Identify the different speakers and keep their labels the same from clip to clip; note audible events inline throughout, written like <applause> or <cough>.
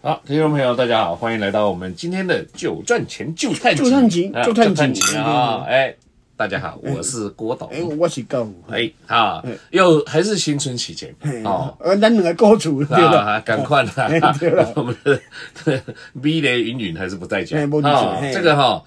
Speaker 1: 好，听众朋友，大家好，欢迎来到我们今天的《就赚钱就探
Speaker 2: 就探集
Speaker 1: 啊
Speaker 2: 就探集
Speaker 1: 集啊！哎，大家好，我是郭董。
Speaker 2: 诶，哎我是狗，
Speaker 1: 哎啊，又还是新春期间
Speaker 2: 嘿
Speaker 1: 哦。，
Speaker 2: 呃，咱两个各主对了，哎
Speaker 1: 啊，赶快啦！
Speaker 2: 对了
Speaker 1: <laughs> 我们的 V 雷云云还是不在家
Speaker 2: 嘿不在家哎
Speaker 1: 哦
Speaker 2: 嘿
Speaker 1: 这个哈，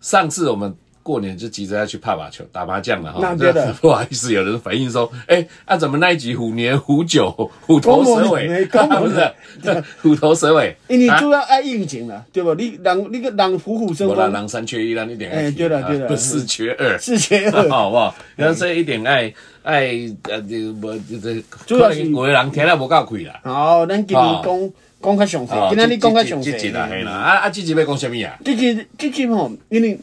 Speaker 1: 上次我们过年就急着要去泡把球、打麻将了哈
Speaker 2: 那。对的
Speaker 1: <laughs> 不好意思，有人反映说，哎，啊，怎么那一集虎年虎酒虎头
Speaker 2: 公
Speaker 1: 蛇
Speaker 2: 母
Speaker 1: 尾？
Speaker 2: 年哎公
Speaker 1: <laughs>
Speaker 2: 母
Speaker 1: 啊不是虎头蛇尾，
Speaker 2: 因为
Speaker 1: 啊
Speaker 2: 主要爱应景啦，对不？你人你个人虎虎生
Speaker 1: 我啦，
Speaker 2: 风，
Speaker 1: 狼三缺一啦，你点爱
Speaker 2: 哎
Speaker 1: 提
Speaker 2: 对了
Speaker 1: 啊
Speaker 2: 对了
Speaker 1: 不四缺二，啊
Speaker 2: 四缺二，
Speaker 1: 好不好？然后这一点爱爱呃，这不这
Speaker 2: 主要是
Speaker 1: 有的人听了无够开啦。
Speaker 2: 好，咱今
Speaker 1: 哦
Speaker 2: 年讲讲较详细
Speaker 1: 哦，
Speaker 2: 今仔日讲较
Speaker 1: 这
Speaker 2: 详
Speaker 1: 这这集
Speaker 2: 细嗯
Speaker 1: 啦，嘿啦，啊啊，这集要讲什么呀？
Speaker 2: 这集这集吼，因为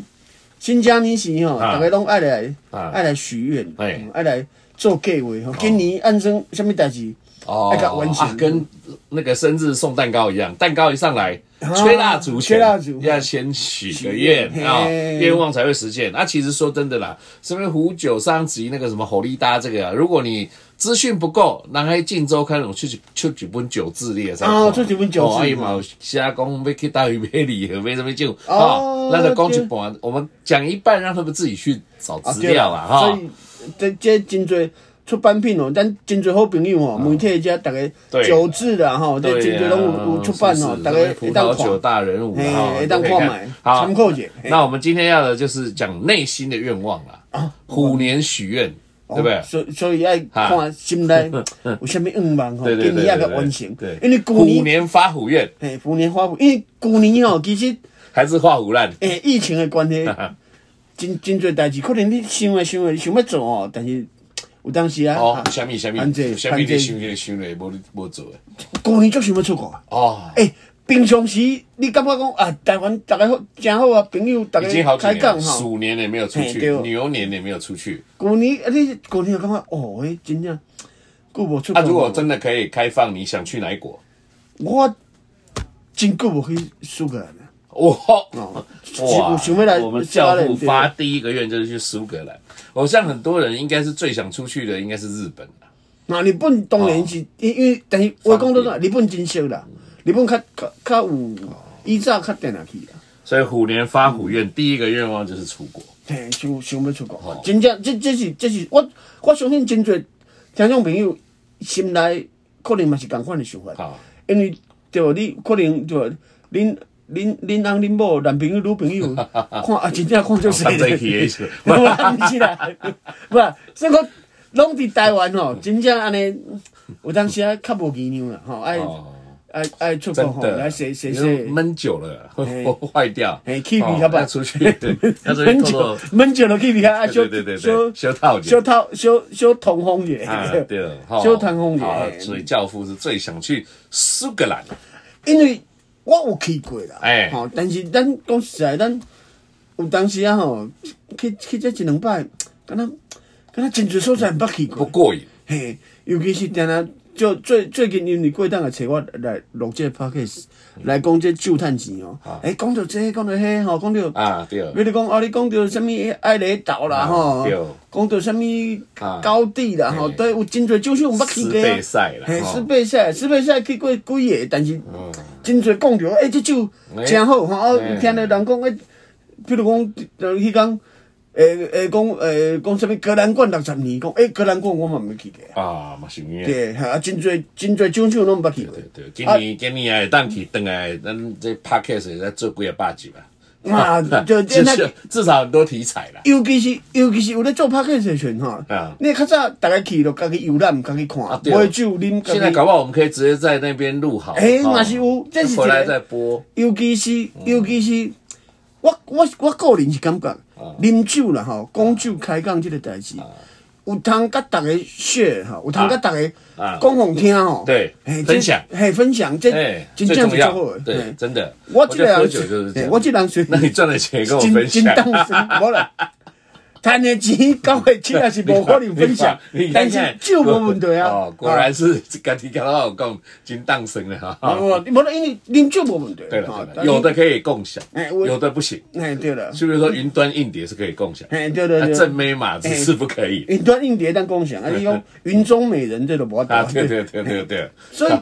Speaker 2: 新疆年时吼，
Speaker 1: 啊
Speaker 2: 大家拢爱来
Speaker 1: 啊
Speaker 2: 爱来许愿，
Speaker 1: 哎
Speaker 2: 嗯爱来做计划吼。今年按生什么代志？
Speaker 1: 哦
Speaker 2: 要给它完成
Speaker 1: 啊跟那个生日送蛋糕一样，蛋糕一上来，吹蜡烛前，
Speaker 2: 啊吹蜡烛
Speaker 1: 要先许个愿
Speaker 2: 许愿
Speaker 1: 啊，
Speaker 2: 嘿
Speaker 1: 愿望才会实现。啊，其实说真的啦，什么虎酒三级那个什么火力搭这个啊，如果你资讯不够，那还晋州看我出去出几本酒字列噻。
Speaker 2: 哦出几本酒字
Speaker 1: 哦，哎嘛，有写讲要去到底买礼盒，买什么酒
Speaker 2: 哦
Speaker 1: 啊？那就讲一半，我们讲一半，让他们自己去找资料啦哈。
Speaker 2: 啊哦所以这这真多出版品哦，咱真多好朋友哦，媒体家大家
Speaker 1: 嗯对啊
Speaker 2: 酒字啦吼，这真多拢有有出版哦
Speaker 1: 是，是
Speaker 2: 大家
Speaker 1: 葡
Speaker 2: 会当
Speaker 1: 萄酒
Speaker 2: 看，
Speaker 1: 大人物
Speaker 2: 嘿
Speaker 1: 哈，
Speaker 2: 会当
Speaker 1: 都可以
Speaker 2: 看
Speaker 1: 看
Speaker 2: 买，
Speaker 1: <laughs> 好
Speaker 2: 参，考者。嘿
Speaker 1: 那我们今天要的就是讲内心的愿望啦，虎年许愿，对不对
Speaker 2: 哦？所以所以
Speaker 1: <laughs>
Speaker 2: 要
Speaker 1: 啊
Speaker 2: 看
Speaker 1: <laughs>
Speaker 2: 心内有啥物愿望吼，
Speaker 1: 对对
Speaker 2: 今
Speaker 1: 对
Speaker 2: 年要个
Speaker 1: 对
Speaker 2: 完成
Speaker 1: 对，对，
Speaker 2: 因为
Speaker 1: 虎
Speaker 2: 旧年。
Speaker 1: 年发虎愿
Speaker 2: 嘿，虎年花圃，因为旧年吼，其实
Speaker 1: 还是画虎烂？
Speaker 2: 诶、疫情的关
Speaker 1: <laughs>
Speaker 2: 系，真真侪代志，可能你想诶想诶想要做吼，但是有当时啊，
Speaker 1: 哦
Speaker 2: 啊，
Speaker 1: 虾米虾米
Speaker 2: 安这
Speaker 1: 虾米，
Speaker 2: 安
Speaker 1: 你
Speaker 2: 这
Speaker 1: 想你想嘞，无你无做的
Speaker 2: 旧年足想要出国啊。
Speaker 1: 哦。
Speaker 2: 诶、平常时你感觉讲啊，台湾大家好，真好啊，朋友大
Speaker 1: 已经好
Speaker 2: 家
Speaker 1: 几
Speaker 2: 开
Speaker 1: 年了，
Speaker 2: 讲吼。
Speaker 1: 鼠年也没有出
Speaker 2: 嘿
Speaker 1: 去
Speaker 2: 对，哦
Speaker 1: 牛年也没有出去。
Speaker 2: 旧年啊，你旧年有感觉哦，诶、真正久无出
Speaker 1: 那
Speaker 2: 国。
Speaker 1: 啊如果真的可以开放，你想去哪一国？
Speaker 2: 我真久无去苏格兰了。
Speaker 1: 哇！
Speaker 2: 哦
Speaker 1: 哇
Speaker 2: 我想要来
Speaker 1: 我们教父
Speaker 2: 苏格
Speaker 1: 发
Speaker 2: 兰
Speaker 1: 第一个愿就是去苏格兰。我像很多人应该是最想出去的，应该是日本啊
Speaker 2: 那日本当然
Speaker 1: 哦
Speaker 2: 是，因因为但是我讲到哪，日本真少啦，日本较较较有，以早较定下去啦。
Speaker 1: 所以虎年发虎愿，第一个愿望就是出国。
Speaker 2: 嘿，想想要出国，真正这这是这是我我相信真侪听众朋友心内可能嘛是共款的想法，
Speaker 1: 好，
Speaker 2: 因为对无你可能对无恁恁恁翁恁某男朋友女
Speaker 1: <laughs>
Speaker 2: 朋友看啊，真正看足
Speaker 1: 上这一题也
Speaker 2: 细。
Speaker 1: 是
Speaker 2: <laughs> 不啊是啦， <laughs> 不啦，所以讲拢伫台湾
Speaker 1: <laughs>
Speaker 2: 吼，真正安尼有当时啊较无机量啦吼，爱
Speaker 1: 哦，
Speaker 2: 爱爱出国
Speaker 1: 真
Speaker 2: 吼，
Speaker 1: 的，
Speaker 2: 哦来谁谁
Speaker 1: 你
Speaker 2: 谁
Speaker 1: 说。闷久了会会坏掉。
Speaker 2: 嘿气味
Speaker 1: 哦
Speaker 2: 较歹
Speaker 1: 要出去，对，要出去
Speaker 2: <laughs> 闷
Speaker 1: 透
Speaker 2: 久
Speaker 1: 透。
Speaker 2: 闷久了去比较啊，小
Speaker 1: 对对对
Speaker 2: 小
Speaker 1: 对，修套
Speaker 2: 小
Speaker 1: 间。
Speaker 2: 透小小通风也
Speaker 1: 啊，对了，哈
Speaker 2: 小通风哎
Speaker 1: 好
Speaker 2: 也，
Speaker 1: 所以教父是最想去苏格兰。
Speaker 2: 因为我有去过啦，
Speaker 1: 哎
Speaker 2: 吼，但是咱讲实在，咱有当时啊吼，去去这一两摆，敢若敢若真侪所在毋捌去
Speaker 1: 不
Speaker 2: 过，
Speaker 1: 过瘾，
Speaker 2: 嘿，尤其是定啊，就最最近因为过当个找我来录这 p o d c a s
Speaker 1: 嗯
Speaker 2: 来讲这旧趁钱哦，哎，讲到这，讲到迄吼，讲到。
Speaker 1: 啊，对了，
Speaker 2: 比如讲，哦，你讲到什么爱雷岛啦，吼
Speaker 1: 嗯对，
Speaker 2: 讲到什么高地啦，吼，
Speaker 1: 嘿
Speaker 2: 对，有真侪就是毋捌去
Speaker 1: 斯
Speaker 2: 过啊
Speaker 1: 贝。塞啦，
Speaker 2: 嘿，
Speaker 1: 哦
Speaker 2: 斯贝赛，斯贝赛去过几个，但是真侪讲着，诶，即首真好吼，哦
Speaker 1: 哎嘿
Speaker 2: 听着人讲，诶，比如讲，呃，迄讲，诶诶，讲诶，讲什么格兰冠六十年，讲哎诶，格兰冠我嘛毋捌去过，
Speaker 1: 啊，嘛是有影。
Speaker 2: 对，哈，啊真侪真侪奖项拢毋捌去过啊
Speaker 1: 对。对，今年今年也当去等来，咱这 podcast 也在做几个百集吧。 <laughs>
Speaker 2: 啊就
Speaker 1: 至
Speaker 2: 那
Speaker 1: 少至少很多题材啦。
Speaker 2: 尤其是尤其是有咧做拍客时阵吼
Speaker 1: 啊，
Speaker 2: 你较早逐个去就家己游览，家己看，
Speaker 1: 对哦
Speaker 2: 买酒啉，
Speaker 1: 现在
Speaker 2: 家己
Speaker 1: 搞。不好我们可以直接在那边录好，
Speaker 2: 嗯哎
Speaker 1: 哦
Speaker 2: 嘛是有这是一个
Speaker 1: 回来再播。
Speaker 2: 尤其是
Speaker 1: 嗯
Speaker 2: 尤其是，我我我个人是感觉，
Speaker 1: 啊
Speaker 2: 啉酒啦吼，讲酒开讲即个代志，有通甲逐个 share 吼，有通甲逐个
Speaker 1: 啊
Speaker 2: 讲互听吼，
Speaker 1: 对
Speaker 2: 嘿
Speaker 1: 分享
Speaker 2: 这嘿分享，这
Speaker 1: 哎，
Speaker 2: 真
Speaker 1: 最
Speaker 2: 正
Speaker 1: 重
Speaker 2: 是最
Speaker 1: 要
Speaker 2: 好诶。，
Speaker 1: 对，
Speaker 2: 嘿
Speaker 1: 真的。
Speaker 2: 我即个
Speaker 1: 觉得喝
Speaker 2: 人
Speaker 1: 酒就是这
Speaker 2: 嘿
Speaker 1: 样。
Speaker 2: 我即个人虽
Speaker 1: 那
Speaker 2: 然
Speaker 1: 你赚的钱跟我分
Speaker 2: 真真
Speaker 1: 享，
Speaker 2: 当时无啦。赚的钱交的钱也是无可能分享
Speaker 1: 你，看
Speaker 2: 但
Speaker 1: 你看
Speaker 2: 是酒无问题
Speaker 1: <laughs>
Speaker 2: 啊。
Speaker 1: 哦，果然是家己刚刚有讲真当生了哈。
Speaker 2: 啊，无无啦，因为啉酒无问题。
Speaker 1: 对
Speaker 2: 啊
Speaker 1: 了，对
Speaker 2: 但
Speaker 1: 了，
Speaker 2: 是
Speaker 1: 有的可以共享，
Speaker 2: 哎我
Speaker 1: 有的不行。
Speaker 2: 哎对了，
Speaker 1: 是不是说云端硬碟是可以共享？
Speaker 2: 哎对对
Speaker 1: 那
Speaker 2: 哎对
Speaker 1: 啊正妹嘛，只是不可以。
Speaker 2: 云端硬碟当共
Speaker 1: <laughs>
Speaker 2: 享，啊，你讲云中美人这都无法
Speaker 1: 啊，<laughs>
Speaker 2: 度。 <laughs>
Speaker 1: 对对对对对，
Speaker 2: 所以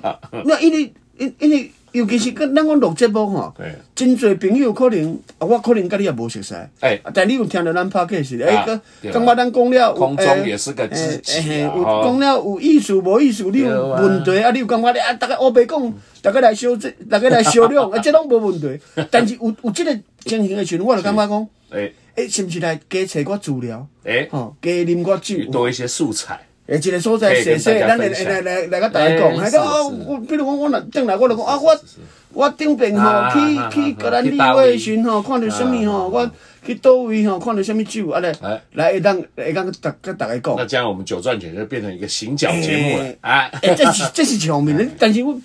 Speaker 2: 那因为因因为尤其是跟咱讲录节目吼
Speaker 1: 对，
Speaker 2: 真侪朋友可能，啊，我可能甲你也无熟识，
Speaker 1: 哎
Speaker 2: 啊但你有听到咱拍 c a 的，哎
Speaker 1: 啊，
Speaker 2: 个
Speaker 1: 对啊
Speaker 2: 感觉咱讲了有，
Speaker 1: 空中
Speaker 2: 哎
Speaker 1: 也是个知己啊
Speaker 2: 哎哎嘿有
Speaker 1: 吼
Speaker 2: 讲了有意思无意思，你
Speaker 1: 对
Speaker 2: 有
Speaker 1: 啊
Speaker 2: 问题啊，你有感觉你啊，大家我白讲，大家来小这，大家来小
Speaker 1: <laughs>
Speaker 2: 量，啊，这拢无问题。但是有有即个情形的时阵，我就感觉讲，
Speaker 1: 哎
Speaker 2: 哎，是毋是来加找我资料，
Speaker 1: 哎，
Speaker 2: 吼，加啉我酒，
Speaker 1: 多一些素材，
Speaker 2: 诶，一个所在
Speaker 1: 嘿
Speaker 2: 细
Speaker 1: 跟
Speaker 2: 细，
Speaker 1: 大家
Speaker 2: 咱来
Speaker 1: 分享
Speaker 2: 来来来甲大家讲，
Speaker 1: 哎
Speaker 2: 还
Speaker 1: 是
Speaker 2: 讲哦，
Speaker 1: 是
Speaker 2: 我比如讲我若顶来，我就讲啊，我我顶边吼
Speaker 1: 啊
Speaker 2: 去
Speaker 1: 啊
Speaker 2: 去
Speaker 1: 啊
Speaker 2: 格兰
Speaker 1: 去
Speaker 2: 利
Speaker 1: 哪
Speaker 2: 威
Speaker 1: 位
Speaker 2: 巡吼，看到什么吼，
Speaker 1: 啊
Speaker 2: 我去倒位吼，看到什么酒，啊来
Speaker 1: 哎
Speaker 2: 来会当会当甲大甲大家讲
Speaker 1: 那。这样我们九赚钱就变成一个行脚节目
Speaker 2: 哎
Speaker 1: 了啊！哎
Speaker 2: 诶，这是这是一方面的，但是我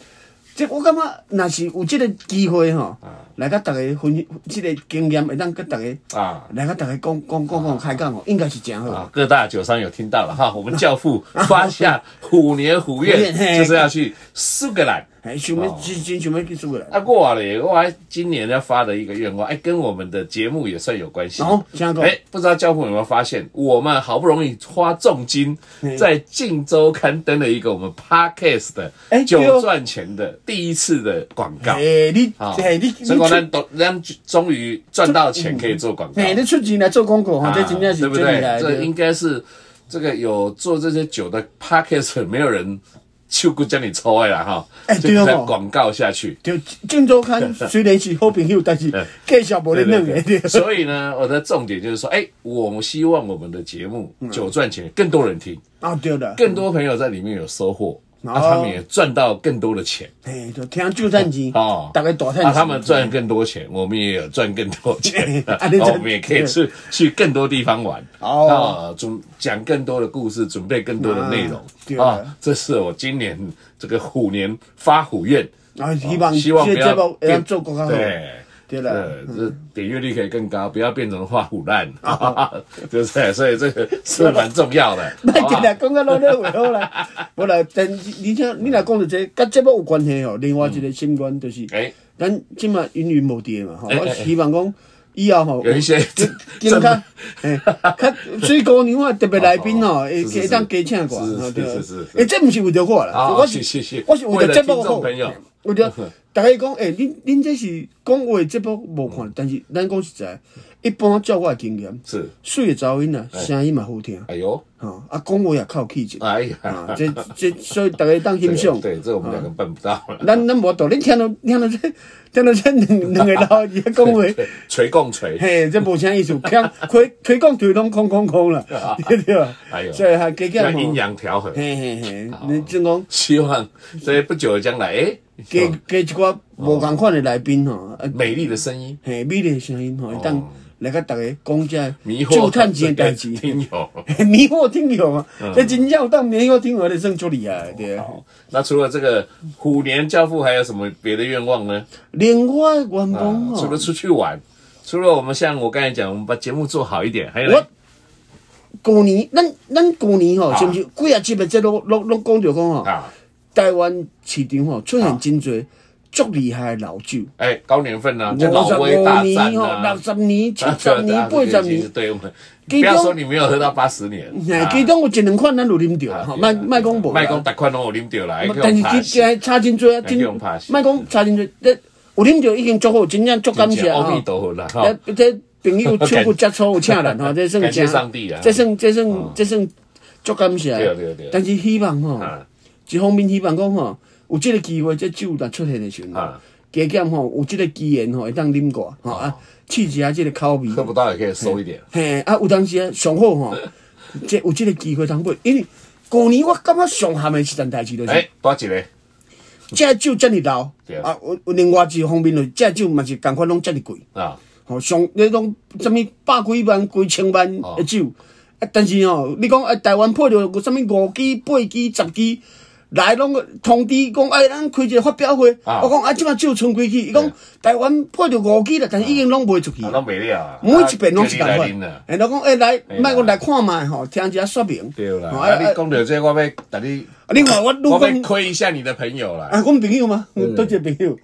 Speaker 2: 这我感觉若是有这个机会吼，来甲大家分享这个经验，会当甲大家
Speaker 1: 啊
Speaker 2: 来甲大家讲讲讲讲开讲吼，应该是真好。
Speaker 1: 啊，各大酒商有听到了哈，我们教父发下虎年虎
Speaker 2: 虎年嘿
Speaker 1: 愿，就是要去苏格兰。
Speaker 2: 哎，想要真真想要去做个来，
Speaker 1: 啊，过嘞，我还今年要发的一个愿望，哎，跟我们的节目也算有关系。
Speaker 2: 哦请讲
Speaker 1: 哎，不知道教父有没有发现，我们好不容易花重金
Speaker 2: 嗯
Speaker 1: 在《晋州刊》登了一个我们 podcast
Speaker 2: 哎
Speaker 1: 的
Speaker 2: 对哦
Speaker 1: 九赚钱的第一次的广告。
Speaker 2: 哎，你
Speaker 1: 啊
Speaker 2: 哎你，你
Speaker 1: 所以
Speaker 2: 出
Speaker 1: 我们都让终于赚到钱可以做广告
Speaker 2: 哎，。你出钱来做广告，哈，
Speaker 1: 啊
Speaker 2: 这真正是
Speaker 1: 对
Speaker 2: 最
Speaker 1: 不
Speaker 2: 厉
Speaker 1: 对
Speaker 2: 害？
Speaker 1: 这
Speaker 2: 的
Speaker 1: 应。该是这个有做这些酒的 podcast 没有人就顾叫你抽的啦哈，
Speaker 2: 哎
Speaker 1: 就
Speaker 2: 对哦
Speaker 1: 在广告下去。
Speaker 2: 就《郑州刊》
Speaker 1: <laughs>
Speaker 2: 虽然是好朋友，但是介绍无咧弄的。对 <laughs>
Speaker 1: 所以呢，我的重点就是说，哎，我们希望我们的节目
Speaker 2: 嗯
Speaker 1: 酒赚钱，更多人听，
Speaker 2: 啊，对啦，
Speaker 1: 更多朋友在里面有收获，
Speaker 2: 哦
Speaker 1: 那、他们也赚到更多的钱。
Speaker 2: 哎，就听就赚钱，
Speaker 1: 哦
Speaker 2: 大概大赚
Speaker 1: 那、
Speaker 2: 钱。
Speaker 1: 他们赚更多钱，我们也有赚更多钱，
Speaker 2: 啊
Speaker 1: 然
Speaker 2: <laughs> 你这
Speaker 1: 后我们也可以去去更多地方玩，
Speaker 2: 哦
Speaker 1: 啊，准讲更多的故事，准备更多的内
Speaker 2: 啊对
Speaker 1: 容啊，这是我今年这个虎年发虎愿，
Speaker 2: 啊，希望
Speaker 1: 希望不
Speaker 2: 这个节目
Speaker 1: 要
Speaker 2: 会当做更较好。
Speaker 1: 对。
Speaker 2: 对啦嗯
Speaker 1: 呃，这点阅率可以更高，不要变成画虎
Speaker 2: <laughs>
Speaker 1: 烂，
Speaker 2: 哦
Speaker 1: <laughs> 对不对？所以这个是蛮重要
Speaker 2: <laughs>
Speaker 1: 的，
Speaker 2: 别
Speaker 1: 好不啊
Speaker 2: 今
Speaker 1: 好
Speaker 2: 日讲到老咧话好
Speaker 1: <laughs>
Speaker 2: 啦，无啦，但是而且你若讲到这，甲节目有关系哦。另外一个新观就是
Speaker 1: 嗯哎，
Speaker 2: 咱即嘛云云无地嘛，吼，
Speaker 1: 哎
Speaker 2: 我
Speaker 1: 哎
Speaker 2: 希望讲以后吼
Speaker 1: 有一些
Speaker 2: 更
Speaker 1: <laughs> 正
Speaker 2: 较， <laughs> 嘿，较水姑娘啊，特别来宾
Speaker 1: 哎哦
Speaker 2: 哦，
Speaker 1: 哦
Speaker 2: 会
Speaker 1: 是是
Speaker 2: 会当加请我，
Speaker 1: 是是
Speaker 2: 吼
Speaker 1: 是
Speaker 2: 对
Speaker 1: 是是是
Speaker 2: 诶，这毋是为着我啦，
Speaker 1: 好
Speaker 2: 我是
Speaker 1: 是是是
Speaker 2: 我是为着节目
Speaker 1: 为了听
Speaker 2: 好
Speaker 1: 众朋友，<laughs>
Speaker 2: 为着大家讲，诶，恁恁这是讲话节目无看，但是咱讲实在，一般照我的经验，
Speaker 1: 是，
Speaker 2: 水的查某囡啊，声音嘛好听，
Speaker 1: 哎呦，
Speaker 2: 吼，啊，讲话也较有气质，
Speaker 1: 哎呀，
Speaker 2: 啊，这这所以大家当欣赏。
Speaker 1: 对，这个我们两个办不到了。
Speaker 2: 咱咱无道理，听到听到这听到这两两个老爷讲话，
Speaker 1: 锤共锤，
Speaker 2: 嘿，这无啥意思，听推推讲推拢空空空了，对对吧？
Speaker 1: <laughs> 哎呦
Speaker 2: 所以还加
Speaker 1: 要
Speaker 2: 减
Speaker 1: 阴
Speaker 2: 吼，
Speaker 1: 阳调和。
Speaker 2: 哦嘿嘿嘿，你真讲
Speaker 1: 希望在不久的将来，哎、
Speaker 2: 加加一寡
Speaker 1: 哦
Speaker 2: 无共款的来宾吼，啊，
Speaker 1: 美丽的声音
Speaker 2: 嘿，美丽的声音吼，会当来甲大家讲这
Speaker 1: 哦迷惑
Speaker 2: 就趁钱的代志，
Speaker 1: <laughs> 听嗯友。
Speaker 2: <laughs> 迷惑听友嘛，这真正有当迷惑听友的算足厉害的，对
Speaker 1: 哦
Speaker 2: 啊。
Speaker 1: 那除了这个虎年教父，还有什么别的愿望呢？
Speaker 2: 另外的愿
Speaker 1: 啊
Speaker 2: 望
Speaker 1: 除
Speaker 2: 吼
Speaker 1: 了。出去玩，除了我们像我刚才讲，我们把节目做好一点，还有呢
Speaker 2: 我旧年，咱咱旧年吼，
Speaker 1: 啊
Speaker 2: 是毋是几啊集的这拢拢拢讲着讲吼，
Speaker 1: 啊，
Speaker 2: 台湾市场吼出现真侪足厉害的老酒，
Speaker 1: 哎，高年份啊，
Speaker 2: 五
Speaker 1: 这老
Speaker 2: 十
Speaker 1: 威大
Speaker 2: 五
Speaker 1: 战
Speaker 2: 年吼、
Speaker 1: 啊
Speaker 2: 六，十年、七
Speaker 1: 啊
Speaker 2: 十年、八
Speaker 1: <laughs> 对啊这
Speaker 2: 十，
Speaker 1: 个其实
Speaker 2: 年，
Speaker 1: 对我们不
Speaker 2: 其中
Speaker 1: 要说你没有喝到八十年，
Speaker 2: <laughs> 哎，
Speaker 1: 啊
Speaker 2: 其中有一两款咱有啉着
Speaker 1: 啊
Speaker 2: 吼，
Speaker 1: 对啊
Speaker 2: 哦卖卖讲无啦，
Speaker 1: 卖讲大款拢有啉到啦，还去
Speaker 2: 但
Speaker 1: 用
Speaker 2: 是
Speaker 1: 拍
Speaker 2: 这
Speaker 1: 死
Speaker 2: 这差真多啊，
Speaker 1: 哎
Speaker 2: 真
Speaker 1: 去用拍死
Speaker 2: 卖讲差真多，这有啉着已经足好，真正足感谢
Speaker 1: 阿弥
Speaker 2: 吼。
Speaker 1: 陀佛啦，哈。
Speaker 2: 这这朋友手骨接触有请
Speaker 1: <laughs>
Speaker 2: 人吼，这算
Speaker 1: 感谢
Speaker 2: 真
Speaker 1: 上帝啊
Speaker 2: 这算这算这算足感谢。
Speaker 1: 对对对
Speaker 2: 但是希望吼
Speaker 1: 啊，
Speaker 2: 一方面希望讲吼，有这个机会，这酒若出现的时阵，
Speaker 1: 啊
Speaker 2: 加减吼有这个机缘吼，会当啉过吼啊，试一下这个口味。
Speaker 1: 喝不到也可以收一点。
Speaker 2: 嘿，啊，有当时啊上好吼，这有这个机会通买，因为旧年我感觉上憾的一件代志就是。
Speaker 1: 哎，多几嘞？
Speaker 2: 这酒遮尔老
Speaker 1: 对，啊
Speaker 2: 啊，有有另外一方面就是这酒嘛是共款拢遮尔贵，
Speaker 1: 啊，
Speaker 2: 吼、上你拢什物百几万、几千万
Speaker 1: 哦
Speaker 2: 的酒，啊，但是吼、你讲啊，台湾配着有啥物五支、八支、十支，来拢通知讲，哎，咱开一个发表会，
Speaker 1: 啊
Speaker 2: 我讲啊，即摆酒剩几支，伊讲台湾配着五支啦，但是已经拢卖出去
Speaker 1: 啊，。拢没了啊。
Speaker 2: 每一遍拢是
Speaker 1: 啊叫
Speaker 2: 共款
Speaker 1: 你来啉啦，
Speaker 2: 哎，老讲哎来，
Speaker 1: 哎
Speaker 2: 莫讲来看卖吼，听一下说明。
Speaker 1: 对啦，
Speaker 2: 吼
Speaker 1: 啊，你讲到这，我要等你，
Speaker 2: 啊另外我愈
Speaker 1: 我嗯要
Speaker 2: 讲，
Speaker 1: 亏一下你的朋友啦。
Speaker 2: 啊，阮朋友嘛，多一个
Speaker 1: <laughs>
Speaker 2: 朋友。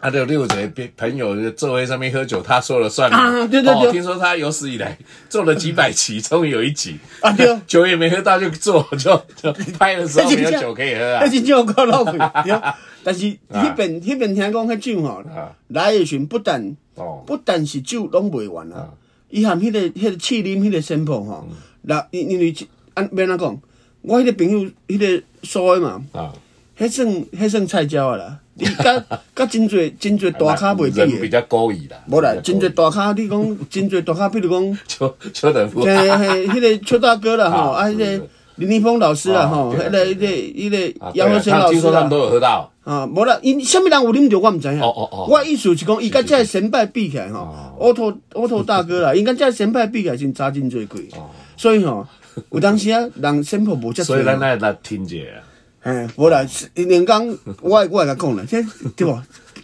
Speaker 1: 啊，对，六姐朋朋友座位上面喝酒，他说了算嘛
Speaker 2: 啊对对
Speaker 1: 哦
Speaker 2: 对
Speaker 1: 听说他有史以来做了几百期，终于有一集
Speaker 2: 啊
Speaker 1: <laughs>
Speaker 2: 对
Speaker 1: 酒
Speaker 2: <laughs>
Speaker 1: 也没喝到就做，就就拍的时候没有酒可以喝啊 <laughs>
Speaker 2: 那。真正有够老贵，对啊但是迄边迄边听讲迄酒吼
Speaker 1: 啊，
Speaker 2: 来诶时阵不但
Speaker 1: 哦，
Speaker 2: 不但是酒拢卖完啊，伊含迄个迄个气啉迄个仙铺吼，
Speaker 1: 嗯
Speaker 2: 那因因为安要安怎讲？我迄个朋友迄个所诶嘛，
Speaker 1: 啊，
Speaker 2: 迄算迄算菜鸟啊啦，伊甲甲真侪真侪大咖袂
Speaker 1: <laughs>
Speaker 2: 比
Speaker 1: 人比
Speaker 2: 诶。
Speaker 1: 较高义啦，
Speaker 2: 无啦，
Speaker 1: 比较
Speaker 2: 真
Speaker 1: 故意
Speaker 2: 侪大咖，
Speaker 1: <laughs>
Speaker 2: 你讲真侪大咖，比如讲，
Speaker 1: 邱邱德夫，
Speaker 2: 嘿嘿，迄个邱大哥啦吼，
Speaker 1: <laughs> 啊
Speaker 2: 啊，迄
Speaker 1: 是
Speaker 2: 个
Speaker 1: 是
Speaker 2: 林立峰老师啦
Speaker 1: 啊
Speaker 2: 吼，
Speaker 1: 对
Speaker 2: 迄
Speaker 1: 啊
Speaker 2: 个
Speaker 1: 对啊
Speaker 2: 迄个迄
Speaker 1: 啊
Speaker 2: 个杨
Speaker 1: 对啊
Speaker 2: 和生
Speaker 1: 他
Speaker 2: 老
Speaker 1: 听
Speaker 2: 师
Speaker 1: 说他们
Speaker 2: 啦
Speaker 1: 都，有喝到，
Speaker 2: 啊，无啦，因什么人有啉着我毋知影。
Speaker 1: 哦哦哦
Speaker 2: 我意思是讲，伊甲这神拜比起来吼
Speaker 1: 哦，
Speaker 2: 乌头乌头大哥
Speaker 1: <laughs>
Speaker 2: 啦，因甲这神拜比起来真差真侪贵。所以吼，有当时啊，人神婆无遮
Speaker 1: 哦所以咱
Speaker 2: 侪。
Speaker 1: 来来听者，
Speaker 2: 哎，无啦，连讲我我会甲讲啦，这对无？
Speaker 1: <laughs>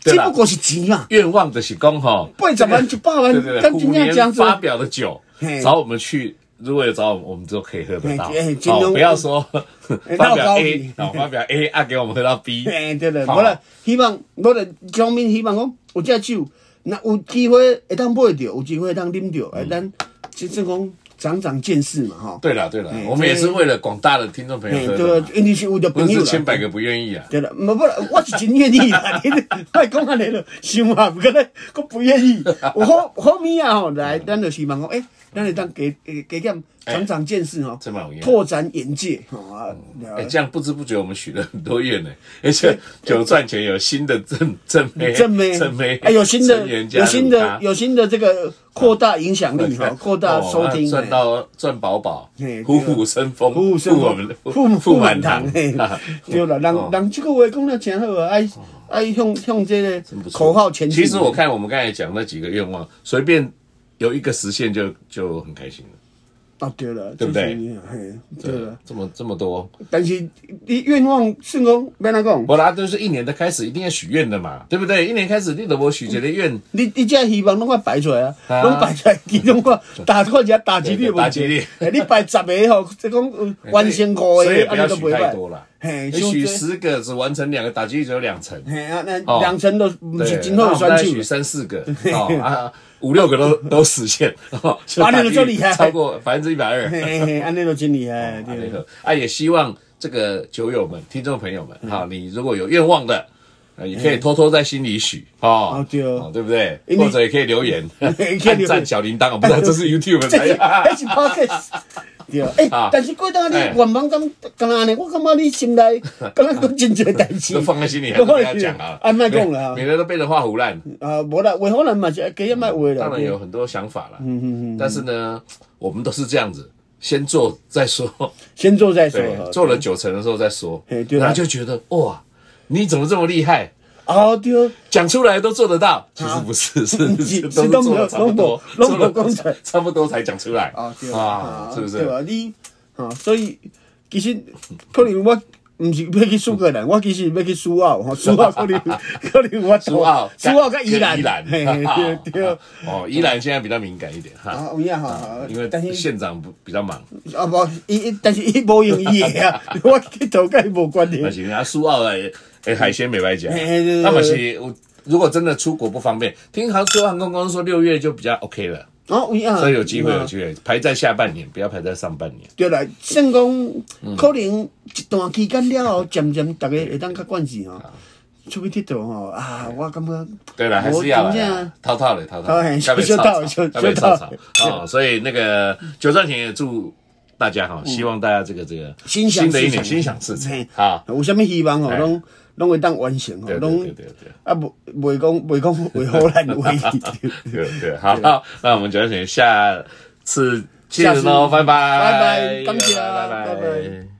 Speaker 1: 对
Speaker 2: 只
Speaker 1: 啦
Speaker 2: 不过是钱嘛，
Speaker 1: 愿望的是讲吼，
Speaker 2: 八十万、一百万
Speaker 1: 对对，对，
Speaker 2: 跟
Speaker 1: 虎
Speaker 2: 真正
Speaker 1: 年
Speaker 2: 这样子。
Speaker 1: 发表的酒
Speaker 2: 嘿，
Speaker 1: 找我们去。如果有找我们，我们就可以喝得到。
Speaker 2: 嘿嘿尽量
Speaker 1: 哦，不要说 <laughs> 发
Speaker 2: 哎闹
Speaker 1: 表
Speaker 2: 高
Speaker 1: A，
Speaker 2: 级
Speaker 1: 然后发表 A 啊，给我们喝到 B。
Speaker 2: 哎，对对，
Speaker 1: 好
Speaker 2: 无啦，希望我咧上面希望讲有遮酒，若有机会会当买着，有机会会当啉着，哎，咱即算讲长长见识嘛，吼。
Speaker 1: 嗯对了对了
Speaker 2: 哎，
Speaker 1: 我们也是为了广大的听众朋友
Speaker 2: 嘿
Speaker 1: 喝
Speaker 2: 对
Speaker 1: 的
Speaker 2: 啊
Speaker 1: 嘛，，
Speaker 2: 因为是有着
Speaker 1: 不
Speaker 2: 朋友
Speaker 1: 是
Speaker 2: 啦
Speaker 1: 千。百个不愿意啊。
Speaker 2: 对了，唔不啦，我是真愿意
Speaker 1: <laughs>
Speaker 2: 啦，你我讲安尼咯，想法不过咧，我不愿
Speaker 1: <laughs>
Speaker 2: 意。有好好物啊吼，来，咱就希望讲，诶，咱会当加加减
Speaker 1: 哎
Speaker 2: 长长见识吼
Speaker 1: 这蛮有意，思
Speaker 2: 拓展眼界吼啊。
Speaker 1: 哎，这样不知不觉我们许了很多愿呢，而且酒赚钱有新的正正 <laughs> 妹
Speaker 2: 哎正妹，
Speaker 1: 正妹，
Speaker 2: 哎，有新的
Speaker 1: 成员加入
Speaker 2: 有新的
Speaker 1: 它
Speaker 2: 有新的这个扩大影响
Speaker 1: <laughs>
Speaker 2: 力哈，扩大收听
Speaker 1: 哦，赚
Speaker 2: 哎
Speaker 1: 到赚饱饱
Speaker 2: 嘿，
Speaker 1: 虎虎生风，
Speaker 2: 服务生
Speaker 1: 我
Speaker 2: 活
Speaker 1: 们的
Speaker 2: 富富满堂，嘿
Speaker 1: 啊哦
Speaker 2: 对啦，人人这个话讲得真好啊，爱爱向向这个
Speaker 1: 不错
Speaker 2: 口号前进。
Speaker 1: 其实我看我们刚才讲那几个愿望，随便有一个实现就就很开心了，
Speaker 2: 啊，对了，
Speaker 1: 对不对
Speaker 2: 就是？啊嘿，对了，，
Speaker 1: 这么这么多，
Speaker 2: 但是你愿望是讲要哪讲？
Speaker 1: 我啦，就是一年的开始一定要许愿的嘛，对不对？一年开始你都我许这个愿，
Speaker 2: 你你这希望拢我摆出来啊，
Speaker 1: 啊
Speaker 2: 拢摆出来，其中我打看一下打击率
Speaker 1: 对
Speaker 2: 有
Speaker 1: 对打
Speaker 2: 问
Speaker 1: 击
Speaker 2: 题
Speaker 1: 率。
Speaker 2: 哎你摆十个吼，即讲呃
Speaker 1: <laughs>
Speaker 2: 完成五
Speaker 1: 哎所以
Speaker 2: 个，
Speaker 1: 不
Speaker 2: 安
Speaker 1: 要
Speaker 2: 啊尼都
Speaker 1: 许
Speaker 2: 袂
Speaker 1: 太
Speaker 2: 歹
Speaker 1: 多了，
Speaker 2: 嘿，
Speaker 1: 你许
Speaker 2: 像这
Speaker 1: 十个只完成两个，打击率只有两成。
Speaker 2: 嘿啊，那
Speaker 1: 哦
Speaker 2: 两成都毋
Speaker 1: 对
Speaker 2: 是真好的
Speaker 1: 那我
Speaker 2: 选
Speaker 1: 们大概
Speaker 2: 手
Speaker 1: 许。三四个哦啊，五六个都
Speaker 2: <laughs>
Speaker 1: 都实现，哦
Speaker 2: 哇那个就厉害
Speaker 1: 超过百分之一百二。
Speaker 2: 嘿嘿嘿，安尼都真厉害，
Speaker 1: 啊
Speaker 2: 对
Speaker 1: 那。个啊，也希望这个酒友们、听众朋友们，哈，你如果有愿望的，呃也可以偷偷在心里许哦
Speaker 2: 哦，对哦
Speaker 1: 哦，对不对？
Speaker 2: 因为
Speaker 1: 或者也可以留言，
Speaker 2: 也 <laughs> 可以留
Speaker 1: 按
Speaker 2: 言
Speaker 1: 赞小铃铛，哦不是，这
Speaker 2: <laughs>
Speaker 1: 是 YouTube 哎
Speaker 2: 这
Speaker 1: 才
Speaker 2: 是这是 podcast，对啊。哎
Speaker 1: 啊，
Speaker 2: 但是过当你
Speaker 1: 哎
Speaker 2: 愿望咁，敢若安尼，我感觉你
Speaker 1: <laughs>
Speaker 2: 心内敢若讲真侪代志
Speaker 1: 都。放在
Speaker 2: <laughs>
Speaker 1: 心里，还是不要讲啊，
Speaker 2: 哎别讲了啊
Speaker 1: 免得都被人画胡烂。
Speaker 2: 啊，无啦，话可能嘛是加一卖话啦。
Speaker 1: 当然有很多想法啦，嗯嗯嗯，但是呢，我们都是这样子，先做再
Speaker 2: <laughs>
Speaker 1: 说，
Speaker 2: 先做再说
Speaker 1: 对，。
Speaker 2: 好
Speaker 1: 做了九成的时候再说
Speaker 2: 哎，对啊
Speaker 1: 然后就觉得哇，你怎么这么厉害？
Speaker 2: 哦，对哦，
Speaker 1: 讲出来都做得
Speaker 2: 啊
Speaker 1: 到，其实不是，是
Speaker 2: 是
Speaker 1: 都是做了差不多，
Speaker 2: 是都
Speaker 1: 做了
Speaker 2: 没有都没有工程
Speaker 1: 差不多才讲出来
Speaker 2: 啊，对
Speaker 1: 啊，是不
Speaker 2: 对
Speaker 1: 是？
Speaker 2: 吧？你啊，所以其实可能我毋是要去苏格兰，我其实要去苏澳，吼，苏
Speaker 1: <laughs>
Speaker 2: 澳可能 <laughs> 可能我
Speaker 1: 苏澳，
Speaker 2: 苏澳跟宜兰，
Speaker 1: 跟宜兰，
Speaker 2: 嘿嘿对对。
Speaker 1: <laughs> 哦，宜兰现在比较敏感一点哈
Speaker 2: 啊，，有影吼，
Speaker 1: 因为
Speaker 2: 但是
Speaker 1: 县长不比较忙，
Speaker 2: 啊无，伊伊但是伊无用伊个
Speaker 1: <laughs>
Speaker 2: 啊， <laughs> 我去头甲伊无关系
Speaker 1: 而。且啊，苏澳诶诶海鲜没白讲
Speaker 2: 嘿嘿对对，
Speaker 1: 那么是我如果真的出国不方便，听航州航空公司说六月就比较 OK 了，
Speaker 2: 哦，有影，
Speaker 1: 所以有机会有
Speaker 2: 啊
Speaker 1: 机会排在下半年，不要排在上半年。
Speaker 2: 对啦，算
Speaker 1: 嗯
Speaker 2: 讲可能一段期间了后，渐渐逐个会当较惯势
Speaker 1: 啊
Speaker 2: 吼，出去佚佗吼啊，我感觉
Speaker 1: 对了，还是要啦，淘淘嘞，淘淘，
Speaker 2: 哎
Speaker 1: 下面
Speaker 2: 啊 <laughs> 就
Speaker 1: 草草
Speaker 2: 就
Speaker 1: 下面
Speaker 2: 就
Speaker 1: 草
Speaker 2: 到
Speaker 1: 草哦。所以那个九赚钱也祝大家哈，希望大家这个这个
Speaker 2: 嗯心想
Speaker 1: 新的一
Speaker 2: 事
Speaker 1: 年
Speaker 2: 成
Speaker 1: 心想事成
Speaker 2: 嘿
Speaker 1: 好，
Speaker 2: 有啥物希望吼，
Speaker 1: 啊哎
Speaker 2: 拢拢会当完成吼，哦
Speaker 1: 对对
Speaker 2: 拢
Speaker 1: 对对对
Speaker 2: 啊，袂袂讲袂讲为好咱为
Speaker 1: 对对，好，好那我们九赚钱下次见
Speaker 2: 下次
Speaker 1: 喽，拜拜，
Speaker 2: 拜拜感谢啊
Speaker 1: 拜拜
Speaker 2: 拜拜。